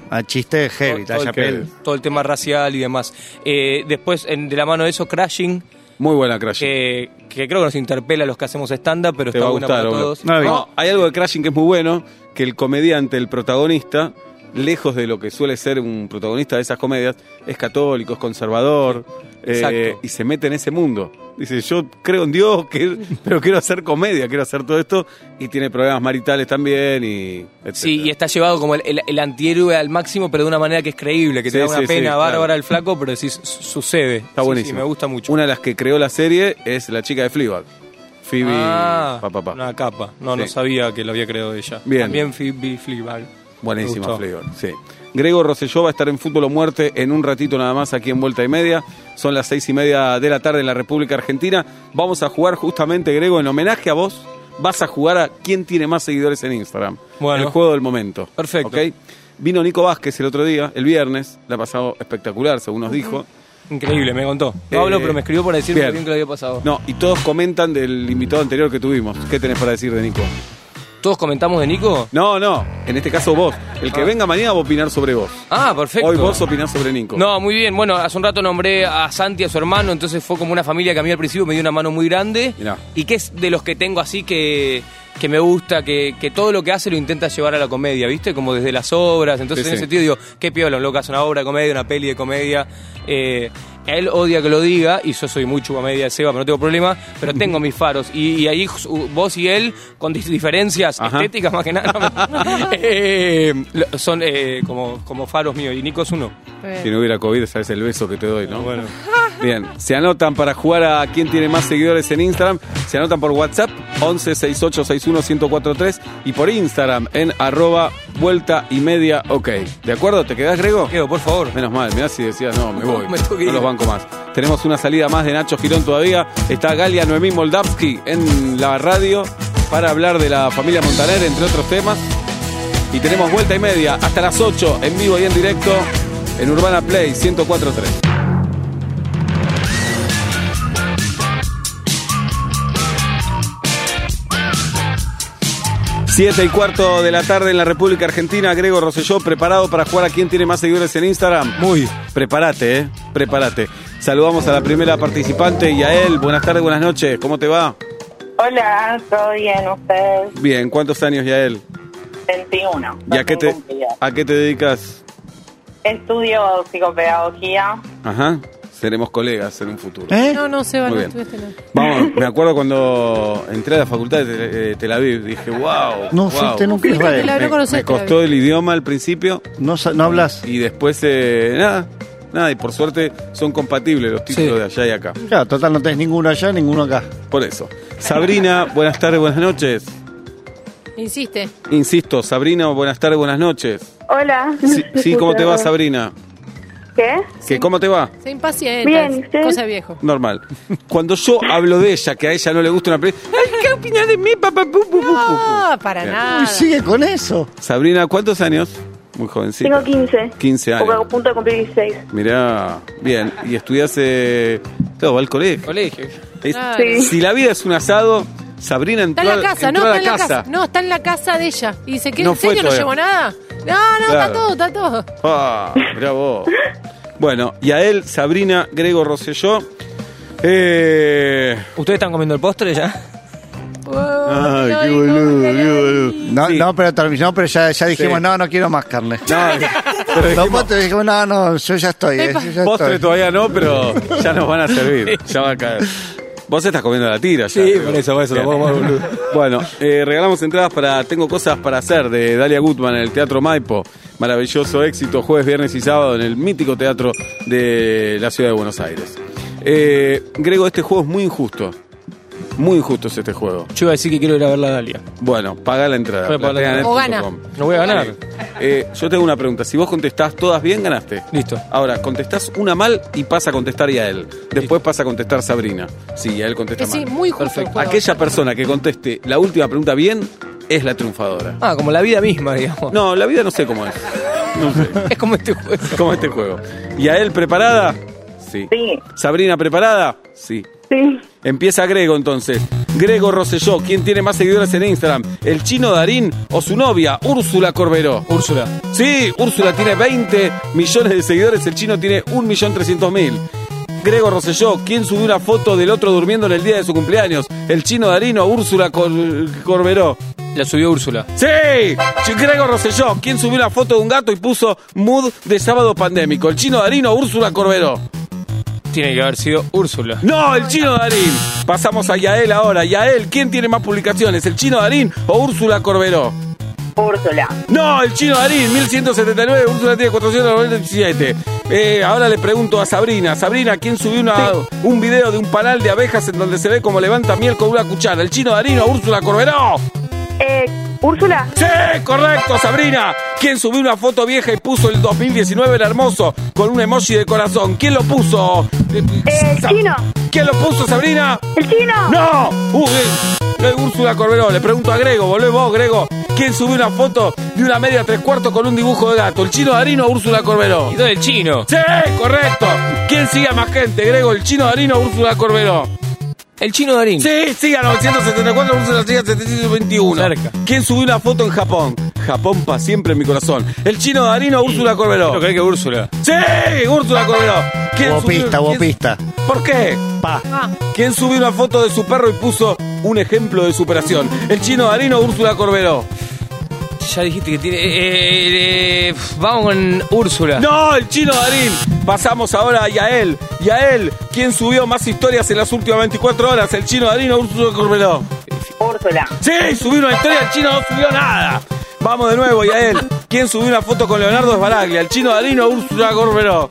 Speaker 5: A chiste heavy, la
Speaker 3: todo, el-
Speaker 5: Chappelle.
Speaker 3: todo el tema racial y demás. Eh, después, en- de la mano de eso, Crashing,
Speaker 2: Muy buena Crash.
Speaker 3: que, que creo que nos interpela a los que hacemos stand-up, pero
Speaker 2: Te
Speaker 3: está
Speaker 2: va a
Speaker 3: buena
Speaker 2: gustar,
Speaker 3: para
Speaker 2: Pablo.
Speaker 3: todos.
Speaker 5: No la vi.
Speaker 2: No, hay algo de Crashing que es muy bueno, que el comediante, el protagonista, lejos de lo que suele ser un protagonista de esas comedias, es católico, es conservador,
Speaker 3: Exacto.
Speaker 2: eh, y se mete en ese mundo. Dice, yo creo en Dios,
Speaker 3: [LAUGHS]
Speaker 2: que- pero quiero hacer comedia, quiero hacer todo esto, y tiene problemas maritales también, y etcétera.
Speaker 3: Sí, y está llevado como el, el- el antihéroe al máximo, pero de una manera que es creíble, que
Speaker 2: Sí,
Speaker 3: te da una
Speaker 2: sí, sí,
Speaker 3: pena
Speaker 2: claro.
Speaker 3: bárbara el flaco, pero decís, su- sucede.
Speaker 2: Está
Speaker 3: Sí,
Speaker 2: buenísimo.
Speaker 3: sí, me gusta mucho.
Speaker 2: Una de las que creó la serie es la chica de Fleabag, Phoebe...
Speaker 3: Ah,
Speaker 2: pa, pa, pa.
Speaker 3: una capa. No, no
Speaker 2: Sí.
Speaker 3: sabía que lo había creado ella.
Speaker 2: Bien.
Speaker 3: También Phoebe Fleabag. Me
Speaker 2: Buenísima
Speaker 3: gustó.
Speaker 2: Flavor, sí. Grego Rosselló va a estar en Fútbol o Muerte en un ratito nada más aquí en Vuelta y Media. Son las seis y media de la tarde en la República Argentina. Vamos a jugar justamente, Grego, en homenaje a vos, vas a jugar a quién tiene más seguidores en Instagram.
Speaker 3: Bueno.
Speaker 2: El juego del momento.
Speaker 3: Perfecto.
Speaker 2: ¿ok? Vino Nico Vázquez el otro día, el viernes, la ha pasado espectacular, según nos dijo.
Speaker 3: Increíble, me contó. No
Speaker 2: Eh,
Speaker 3: habló, pero me escribió para decirme
Speaker 2: bien.
Speaker 3: bien que lo había pasado.
Speaker 2: No, y todos comentan del invitado anterior que tuvimos. ¿Qué tenés para decir de Nico?
Speaker 3: ¿Todos comentamos de Nico?
Speaker 2: No, no, en este caso vos. El que
Speaker 3: Ah.
Speaker 2: venga mañana va a opinar sobre vos.
Speaker 3: Ah, perfecto.
Speaker 2: Hoy vos opinás sobre Nico.
Speaker 3: No, muy bien. Bueno, hace un rato nombré a Santi, a su hermano, entonces fue como una familia que a mí al principio me dio una mano muy grande.
Speaker 2: Mirá.
Speaker 3: Y que es de los que tengo así que, que me gusta, que, que todo lo que hace lo intenta llevar a la comedia, ¿viste? Como desde las obras. Entonces,
Speaker 2: Sí,
Speaker 3: en
Speaker 2: sí.
Speaker 3: ese sentido digo, qué piola, un loco hace una obra de comedia, una peli de comedia. Eh, él odia que lo diga, y yo soy muy chupamedia de Seba, pero no tengo problema, pero tengo mis faros. Y, y ahí su- vos y él, con dis- diferencias
Speaker 2: Ajá.
Speaker 3: estéticas más que nada, [LAUGHS] eh, lo- son eh, como, como faros míos, y Nico es uno.
Speaker 4: Muy bien.
Speaker 2: Si no hubiera COVID, sabes el beso que te doy, ¿no?
Speaker 3: Bueno.
Speaker 2: [LAUGHS] Bien, se anotan para jugar a quien tiene más seguidores en Instagram. Se anotan por WhatsApp 11 68 61 1043 y por Instagram en arroba vuelta y media ok. ¿De acuerdo? ¿Te quedás, Grego?
Speaker 3: Diego, por favor.
Speaker 2: Menos mal, mirá si decías, [LAUGHS] no, me voy.
Speaker 3: Me tengo que
Speaker 2: no
Speaker 3: ir.
Speaker 2: los banco más. Tenemos una salida más de Nacho Girón todavía. Está Galia Noemí Moldavsky en la radio para hablar de la familia Montaner, entre otros temas. Y tenemos vuelta y media hasta las 8 en vivo y en directo en Urbana Play 1043. Siete y cuarto de la tarde en la República Argentina, Grego Rosselló, preparado para jugar a quien tiene más seguidores en Instagram. Muy. Prepárate, eh. Prepárate. Saludamos a la primera participante y a él. Buenas tardes, buenas noches. ¿Cómo te va?
Speaker 1: Hola, ¿todo bien ustedes?
Speaker 2: Bien, ¿cuántos años, Yael?
Speaker 1: 21.
Speaker 2: ¿Y a qué te,
Speaker 1: recién cumplida.
Speaker 2: a qué te dedicas?
Speaker 1: Estudio psicopedagogía.
Speaker 2: Ajá, seremos colegas en un futuro.
Speaker 5: ¿Eh?
Speaker 4: No, no, Seba,
Speaker 2: Muy
Speaker 4: no
Speaker 2: bien.
Speaker 4: estuviste nada.
Speaker 2: Vamos, me acuerdo cuando entré a la facultad de Tel- eh, Tel Aviv, dije, wow.
Speaker 5: No
Speaker 2: wow.
Speaker 5: fuiste nunca a
Speaker 4: Fuiste a Tel
Speaker 5: Israel.
Speaker 4: Aviv.
Speaker 2: Me,
Speaker 4: No conocés
Speaker 2: me
Speaker 4: Tel
Speaker 2: costó el idioma al principio
Speaker 5: No, sa- no hablas.
Speaker 2: y después, eh, nada, nada, y por suerte son compatibles los títulos
Speaker 3: Sí.
Speaker 2: de allá y acá.
Speaker 5: Claro, total, no tenés ninguno allá, ninguno acá.
Speaker 2: Por eso. Sabrina, buenas tardes, buenas noches.
Speaker 4: Insiste.
Speaker 2: Insisto, Sabrina, buenas tardes, buenas noches.
Speaker 6: Hola.
Speaker 2: Sí, sí, ¿cómo te va, Sabrina?
Speaker 6: ¿Qué?
Speaker 2: ¿Qué, ¿Cómo te va?
Speaker 4: Se impacienta.
Speaker 6: Bien,
Speaker 4: es
Speaker 6: ¿usted?
Speaker 4: Cosa de viejo.
Speaker 2: Normal. Cuando yo hablo de ella, que a ella no le gusta una película. ¡Ay, qué opinás de mí, papá! pu, pu, pu, pu, pu.
Speaker 4: No, Ah, para
Speaker 2: Bien.
Speaker 4: nada.
Speaker 5: Y sigue con eso.
Speaker 2: Sabrina, ¿cuántos años? Muy jovencita.
Speaker 6: Tengo 15.
Speaker 2: 15
Speaker 6: Porque a
Speaker 2: años.
Speaker 6: punto de cumplir 16.
Speaker 2: Mirá, bien. Y estudias. Eh, claro, va al colegio.
Speaker 3: Colegio.
Speaker 2: Es-
Speaker 4: Claro.
Speaker 6: Sí.
Speaker 2: Si la vida es un asado, Sabrina
Speaker 4: Está
Speaker 2: entró,
Speaker 4: en la
Speaker 2: a-
Speaker 4: casa, no,
Speaker 2: entró
Speaker 4: está
Speaker 2: a
Speaker 4: en la casa. No, está en la casa de ella. Y dice, ¿qué?
Speaker 2: No
Speaker 4: ¿En
Speaker 2: fue
Speaker 4: serio no
Speaker 2: todavía.
Speaker 4: llevo nada? No, no,
Speaker 2: Claro.
Speaker 4: está todo, está todo.
Speaker 2: Ah, mirá vos. Bueno, y a él, Sabrina Grego Rosselló. Eh,
Speaker 3: ¿Ustedes están comiendo el postre ya?
Speaker 2: Ay,
Speaker 4: Ay,
Speaker 2: qué boludo, qué boludo.
Speaker 5: No,
Speaker 2: Sí.
Speaker 5: no, pero, termi- no, pero ya, ya dijimos,
Speaker 2: Sí.
Speaker 5: no, no quiero
Speaker 3: [LAUGHS]
Speaker 5: más carne.
Speaker 2: no, pero
Speaker 5: Los
Speaker 2: dijimos,
Speaker 5: postres dijimos, no, no, yo ya estoy. eh, yo ya
Speaker 2: postre
Speaker 5: estoy.
Speaker 2: todavía no, pero
Speaker 3: [LAUGHS]
Speaker 2: ya nos van a servir. Ya va a caer. Vos estás comiendo la tira ya.
Speaker 3: Sí,
Speaker 2: digo.
Speaker 3: por eso, por eso,
Speaker 2: Bien.
Speaker 3: lo vamos a- boludo.
Speaker 2: [LAUGHS] Bueno, eh, regalamos entradas para Tengo Cosas para Hacer de Dalia Gutman en el Teatro Maipo. Maravilloso éxito, jueves, viernes y sábado en el mítico teatro de la ciudad de Buenos Aires. Eh, Grego, este juego es muy injusto. Muy injusto es este juego.
Speaker 3: Yo iba a decir que quiero ir a ver la Dalia.
Speaker 2: Bueno, paga la entrada.
Speaker 3: Voy a pagar la
Speaker 2: plateanet.com.
Speaker 4: entrada. O gana.
Speaker 3: No voy a ganar.
Speaker 2: Eh, yo tengo una pregunta. Si vos contestás todas bien, ganaste.
Speaker 3: Listo.
Speaker 2: Ahora, contestás una mal y pasa a contestar y a él. Después pasa a contestar Sabrina. Sí, a él contesta
Speaker 4: Eh, sí,
Speaker 2: mal.
Speaker 4: muy justo el juego.
Speaker 2: Aquella persona que conteste la última pregunta bien es la triunfadora.
Speaker 3: Ah, como la vida misma, digamos.
Speaker 2: No, la vida no sé cómo es. No sé.
Speaker 3: [LAUGHS] Es como este juego.
Speaker 2: ¿Cómo es este juego? ¿Y a él preparada? Sí.
Speaker 1: Sí,
Speaker 2: ¿Sabrina preparada? Sí.
Speaker 6: Sí.
Speaker 2: Empieza Grego entonces. Grego Rosselló, ¿quién tiene más seguidores en Instagram? ¿El chino Darín o su novia, Úrsula Corberó?
Speaker 3: Úrsula.
Speaker 2: Sí, Úrsula tiene 20 millones de seguidores, el chino tiene 1.300.000. Grego Rosselló, ¿quién subió una foto del otro durmiendo en el día de su cumpleaños? ¿El chino Darín o Úrsula Cor- Corberó?
Speaker 3: La subió Úrsula.
Speaker 2: ¡Sí! Ch- Grego Rosselló, ¿quién subió una foto de un gato y puso mood de sábado pandémico? ¿El chino Darín o Úrsula Corberó?
Speaker 3: Tiene que haber sido Úrsula.
Speaker 2: No, el chino Darín. Pasamos a Yael ahora. Yael, ¿quién tiene más publicaciones? ¿El chino Darín o Úrsula Corberó?
Speaker 1: Úrsula.
Speaker 2: No, el chino Darín, 1179, Úrsula tiene 497. Eh, ahora le pregunto a Sabrina. Sabrina, ¿quién subió una- un video de un panal de abejas en donde se ve cómo levanta miel con una cuchara? ¿El chino Darín o Úrsula Corberó?
Speaker 6: Eh, Úrsula,
Speaker 2: Sí, correcto, Sabrina. ¿Quién subió una foto vieja y puso el 2019 el hermoso con un emoji de corazón? ¿Quién lo puso? Eh,
Speaker 6: El
Speaker 2: Sa-
Speaker 6: chino.
Speaker 2: ¿Quién lo puso, Sabrina?
Speaker 6: el chino.
Speaker 2: ¡No! Uh, eh, no es Úrsula Corberó, le pregunto a Grego, volvé vos, Grego. ¿Quién subió una foto de una media tres cuartos con un dibujo de gato? ¿El chino Darino o Úrsula Corberó?
Speaker 3: ¿Y dónde el chino?
Speaker 2: ¡Sí! ¡Correcto! ¿Quién sigue a más gente, Grego? ¿El chino Darino o Úrsula Corberó?
Speaker 3: El chino Darín.
Speaker 2: Sí, sigue a 974, Úrsula sigue a 721.
Speaker 3: Cerca.
Speaker 2: ¿Quién subió una foto en Japón? Japón para siempre en mi corazón. ¿El chino Darino o Úrsula Corberó?
Speaker 3: Creo que hay que Úrsula.
Speaker 2: ¡Sí! ¡Úrsula Corberó! ¿Quién subió-
Speaker 5: Bopista,
Speaker 2: quién-
Speaker 5: bopista.
Speaker 2: ¿Por qué?
Speaker 5: Pa.
Speaker 4: Ah,
Speaker 2: ¿Quién subió una foto de su perro y puso un ejemplo de superación? ¿El chino Darino o Úrsula Corberó?
Speaker 3: Ya dijiste que tiene. eh, eh, eh, pf, vamos con Úrsula.
Speaker 2: ¡No! ¡El chino Darín! Pasamos ahora a Yael. Yael, ¿quién subió más historias en las últimas 24 horas? ¿El chino Darín o Úrsula Corberó?
Speaker 1: Úrsula.
Speaker 2: ¡Sí! ¡Subió una historia! ¡El chino no subió nada! Vamos de nuevo, Yael. ¿Quién subió una foto con Leonardo Esbaraglia? ¿El chino Darín o Úrsula Corberó?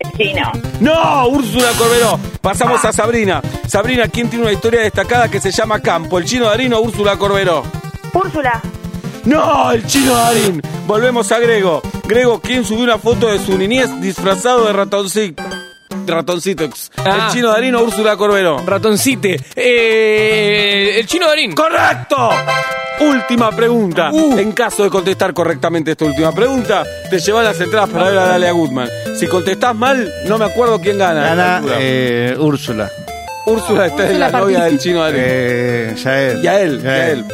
Speaker 1: El Chino.
Speaker 2: ¡No! Úrsula Corberó. Pasamos a Sabrina. Sabrina, ¿quién tiene una historia destacada que se llama Campo? ¿El chino Darín o Úrsula Corberó?
Speaker 6: Úrsula.
Speaker 2: ¡No! ¡El chino Darín! Volvemos a Grego. Grego, ¿quién subió una foto de su niñez disfrazado de ratoncito? Ratoncito.
Speaker 3: Ah.
Speaker 2: ¿El chino Darín o Úrsula Corberó?
Speaker 3: Ratoncite. Eh, el chino Darín.
Speaker 2: ¡Correcto! Última pregunta.
Speaker 3: Uh.
Speaker 2: En caso de contestar correctamente esta última pregunta, te llevas las entradas para ver a Dalia Goodman. Si contestás mal, no me acuerdo quién gana.
Speaker 5: Gana
Speaker 2: Úrsula.
Speaker 5: eh, Úrsula.
Speaker 2: Úrsula está en la
Speaker 4: Úrsula
Speaker 2: novia
Speaker 4: Parvati.
Speaker 2: del chino Darín.
Speaker 5: Eh, Yael.
Speaker 2: Yael,
Speaker 5: Yael.
Speaker 2: Yael.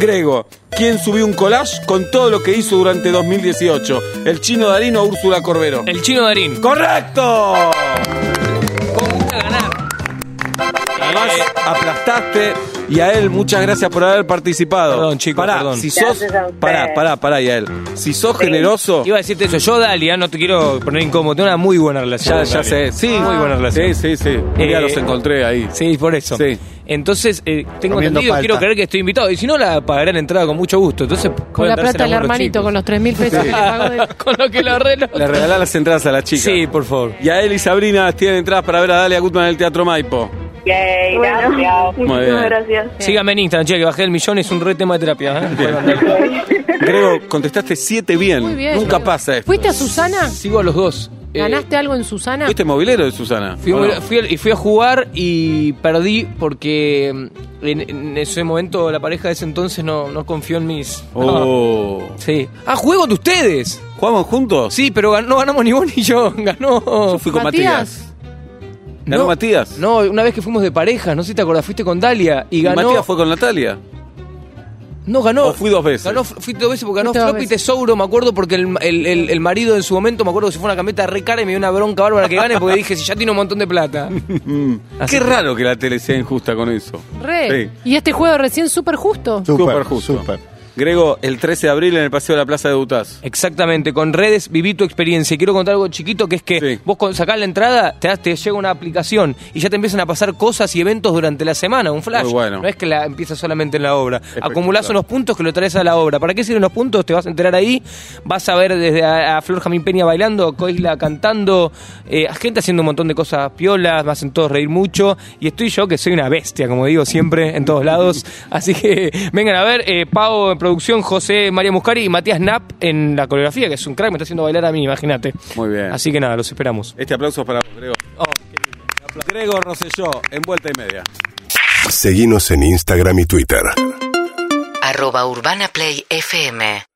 Speaker 2: Grego, ¿quién subió un collage con todo lo que hizo durante 2018? ¿El chino Darín o Úrsula Corbero?
Speaker 3: El chino Darín.
Speaker 2: ¡Correcto!
Speaker 3: ¿Cómo voy a ganar?
Speaker 2: Además, aplastaste. Yael, muchas gracias por haber participado.
Speaker 3: Perdón, chicos,
Speaker 2: Pará,
Speaker 3: perdón.
Speaker 2: si sos.
Speaker 1: Gracias a ustedes.
Speaker 2: Pará, pará, pará, Yael. Si sos
Speaker 1: Sí.
Speaker 2: generoso.
Speaker 3: Iba a decirte eso. Yo, Dalia, no te quiero poner incómodo. Tengo una muy buena relación.
Speaker 2: Ya,
Speaker 3: con
Speaker 2: ya
Speaker 3: Dalia.
Speaker 2: sé. Sí.
Speaker 3: Muy buena relación.
Speaker 2: Sí, sí, sí. Un día
Speaker 3: Eh,
Speaker 2: los encontré ahí.
Speaker 3: Sí, por eso.
Speaker 2: Sí.
Speaker 3: Entonces, eh, tengo
Speaker 5: Comiendo
Speaker 3: entendido,
Speaker 5: palta.
Speaker 3: quiero creer que estoy invitado. Y si no, la pagaré la entrada con mucho gusto. Entonces,
Speaker 4: Con la plata del hermanito, con los 3 mil pesos que le pagó de...
Speaker 3: [LAUGHS] con lo que lo
Speaker 4: [LAUGHS]
Speaker 3: arreglo.
Speaker 2: Le regalás las entradas a la chica.
Speaker 3: Sí, por favor.
Speaker 2: Yael y Sabrina tienen entradas para ver a Dalia Gutman en el Teatro Maipo.
Speaker 1: Yay,
Speaker 6: Bueno,
Speaker 1: gracias.
Speaker 2: Muy bien.
Speaker 6: muchísimas gracias.
Speaker 3: Sígame en Instagram, che, que bajé el millón, es un re tema de terapia. ¿eh?
Speaker 2: Grego, contestaste siete bien.
Speaker 4: Muy bien.
Speaker 2: Nunca
Speaker 4: Diego.
Speaker 2: pasa esto.
Speaker 4: ¿Fuiste a Susana?
Speaker 3: Sigo a los dos. Eh,
Speaker 4: Ah. ¿Ganaste algo en Susana?
Speaker 2: ¿Fuiste movilero de Susana?
Speaker 3: Fui,
Speaker 2: ¿O no?
Speaker 3: fui al- y fui a jugar y perdí porque mm, en, en ese momento la pareja de ese entonces no, no confió en mis.
Speaker 2: Oh.
Speaker 3: [LAUGHS] Sí. Ah, juego de ustedes.
Speaker 2: ¿Jugamos juntos?
Speaker 3: Sí, pero gan- no ganamos ni vos ni yo. [LAUGHS] Ganó.
Speaker 2: Fui con Matías. ¿Ganó
Speaker 3: No.
Speaker 2: Matías?
Speaker 3: No, una vez que fuimos de pareja, no sé si te acordás, fuiste con Dalia y
Speaker 2: ¿Y
Speaker 3: ganó.
Speaker 2: Matías fue con Natalia?
Speaker 3: No, ganó.
Speaker 2: ¿O fui dos veces?
Speaker 3: Ganó, fui dos veces porque ganó
Speaker 4: Fuiste dos
Speaker 3: Floppy
Speaker 4: veces.
Speaker 3: Tesouro, me acuerdo, porque el, el- el- el marido en su momento, me acuerdo que se fue a una cameta re cara y me dio una bronca bárbara que gane porque dije, si ya tiene un montón de
Speaker 2: [LAUGHS]
Speaker 3: plata. Así
Speaker 2: Qué
Speaker 3: que-
Speaker 2: raro que la tele sea injusta con eso.
Speaker 4: Re.
Speaker 2: Sí.
Speaker 4: Y este juego recién súper justo.
Speaker 2: Súper
Speaker 5: Súper,
Speaker 2: justo.
Speaker 5: súper.
Speaker 2: Grego, el 13 de abril en el Paseo de la Plaza de Butaz.
Speaker 3: Exactamente, con redes viví tu experiencia. Y quiero contar algo chiquito que es que
Speaker 2: Sí.
Speaker 3: vos con- sacás la entrada, te, das- te llega una aplicación y ya te empiezan a pasar cosas y eventos durante la semana, un flash.
Speaker 2: Muy bueno.
Speaker 3: No es que la empiezas solamente en la obra.
Speaker 2: Espectacular.
Speaker 3: Acumulás unos puntos que lo traes a la obra. ¿Para qué sirven los puntos? Te vas a enterar ahí, vas a ver desde a, a Flor Jamín Peña bailando, a Coisla cantando, eh, a gente haciendo un montón de cosas piolas, me hacen todos reír mucho. Y estoy yo, que soy una bestia, como digo siempre, en
Speaker 2: [LAUGHS]
Speaker 3: todos lados. Así que vengan a ver, eh, Pau en producción, José María Muscari y Matías Nap en la coreografía, que es un crack, me está haciendo bailar a mí, imagínate.
Speaker 2: Muy bien.
Speaker 3: Así que nada, los esperamos.
Speaker 2: Este aplauso es para vos, Grego.
Speaker 3: Oh,
Speaker 2: Grego Rosselló, en vuelta y media.
Speaker 7: Seguinos en Instagram y Twitter.
Speaker 8: arroba urbanaplayfm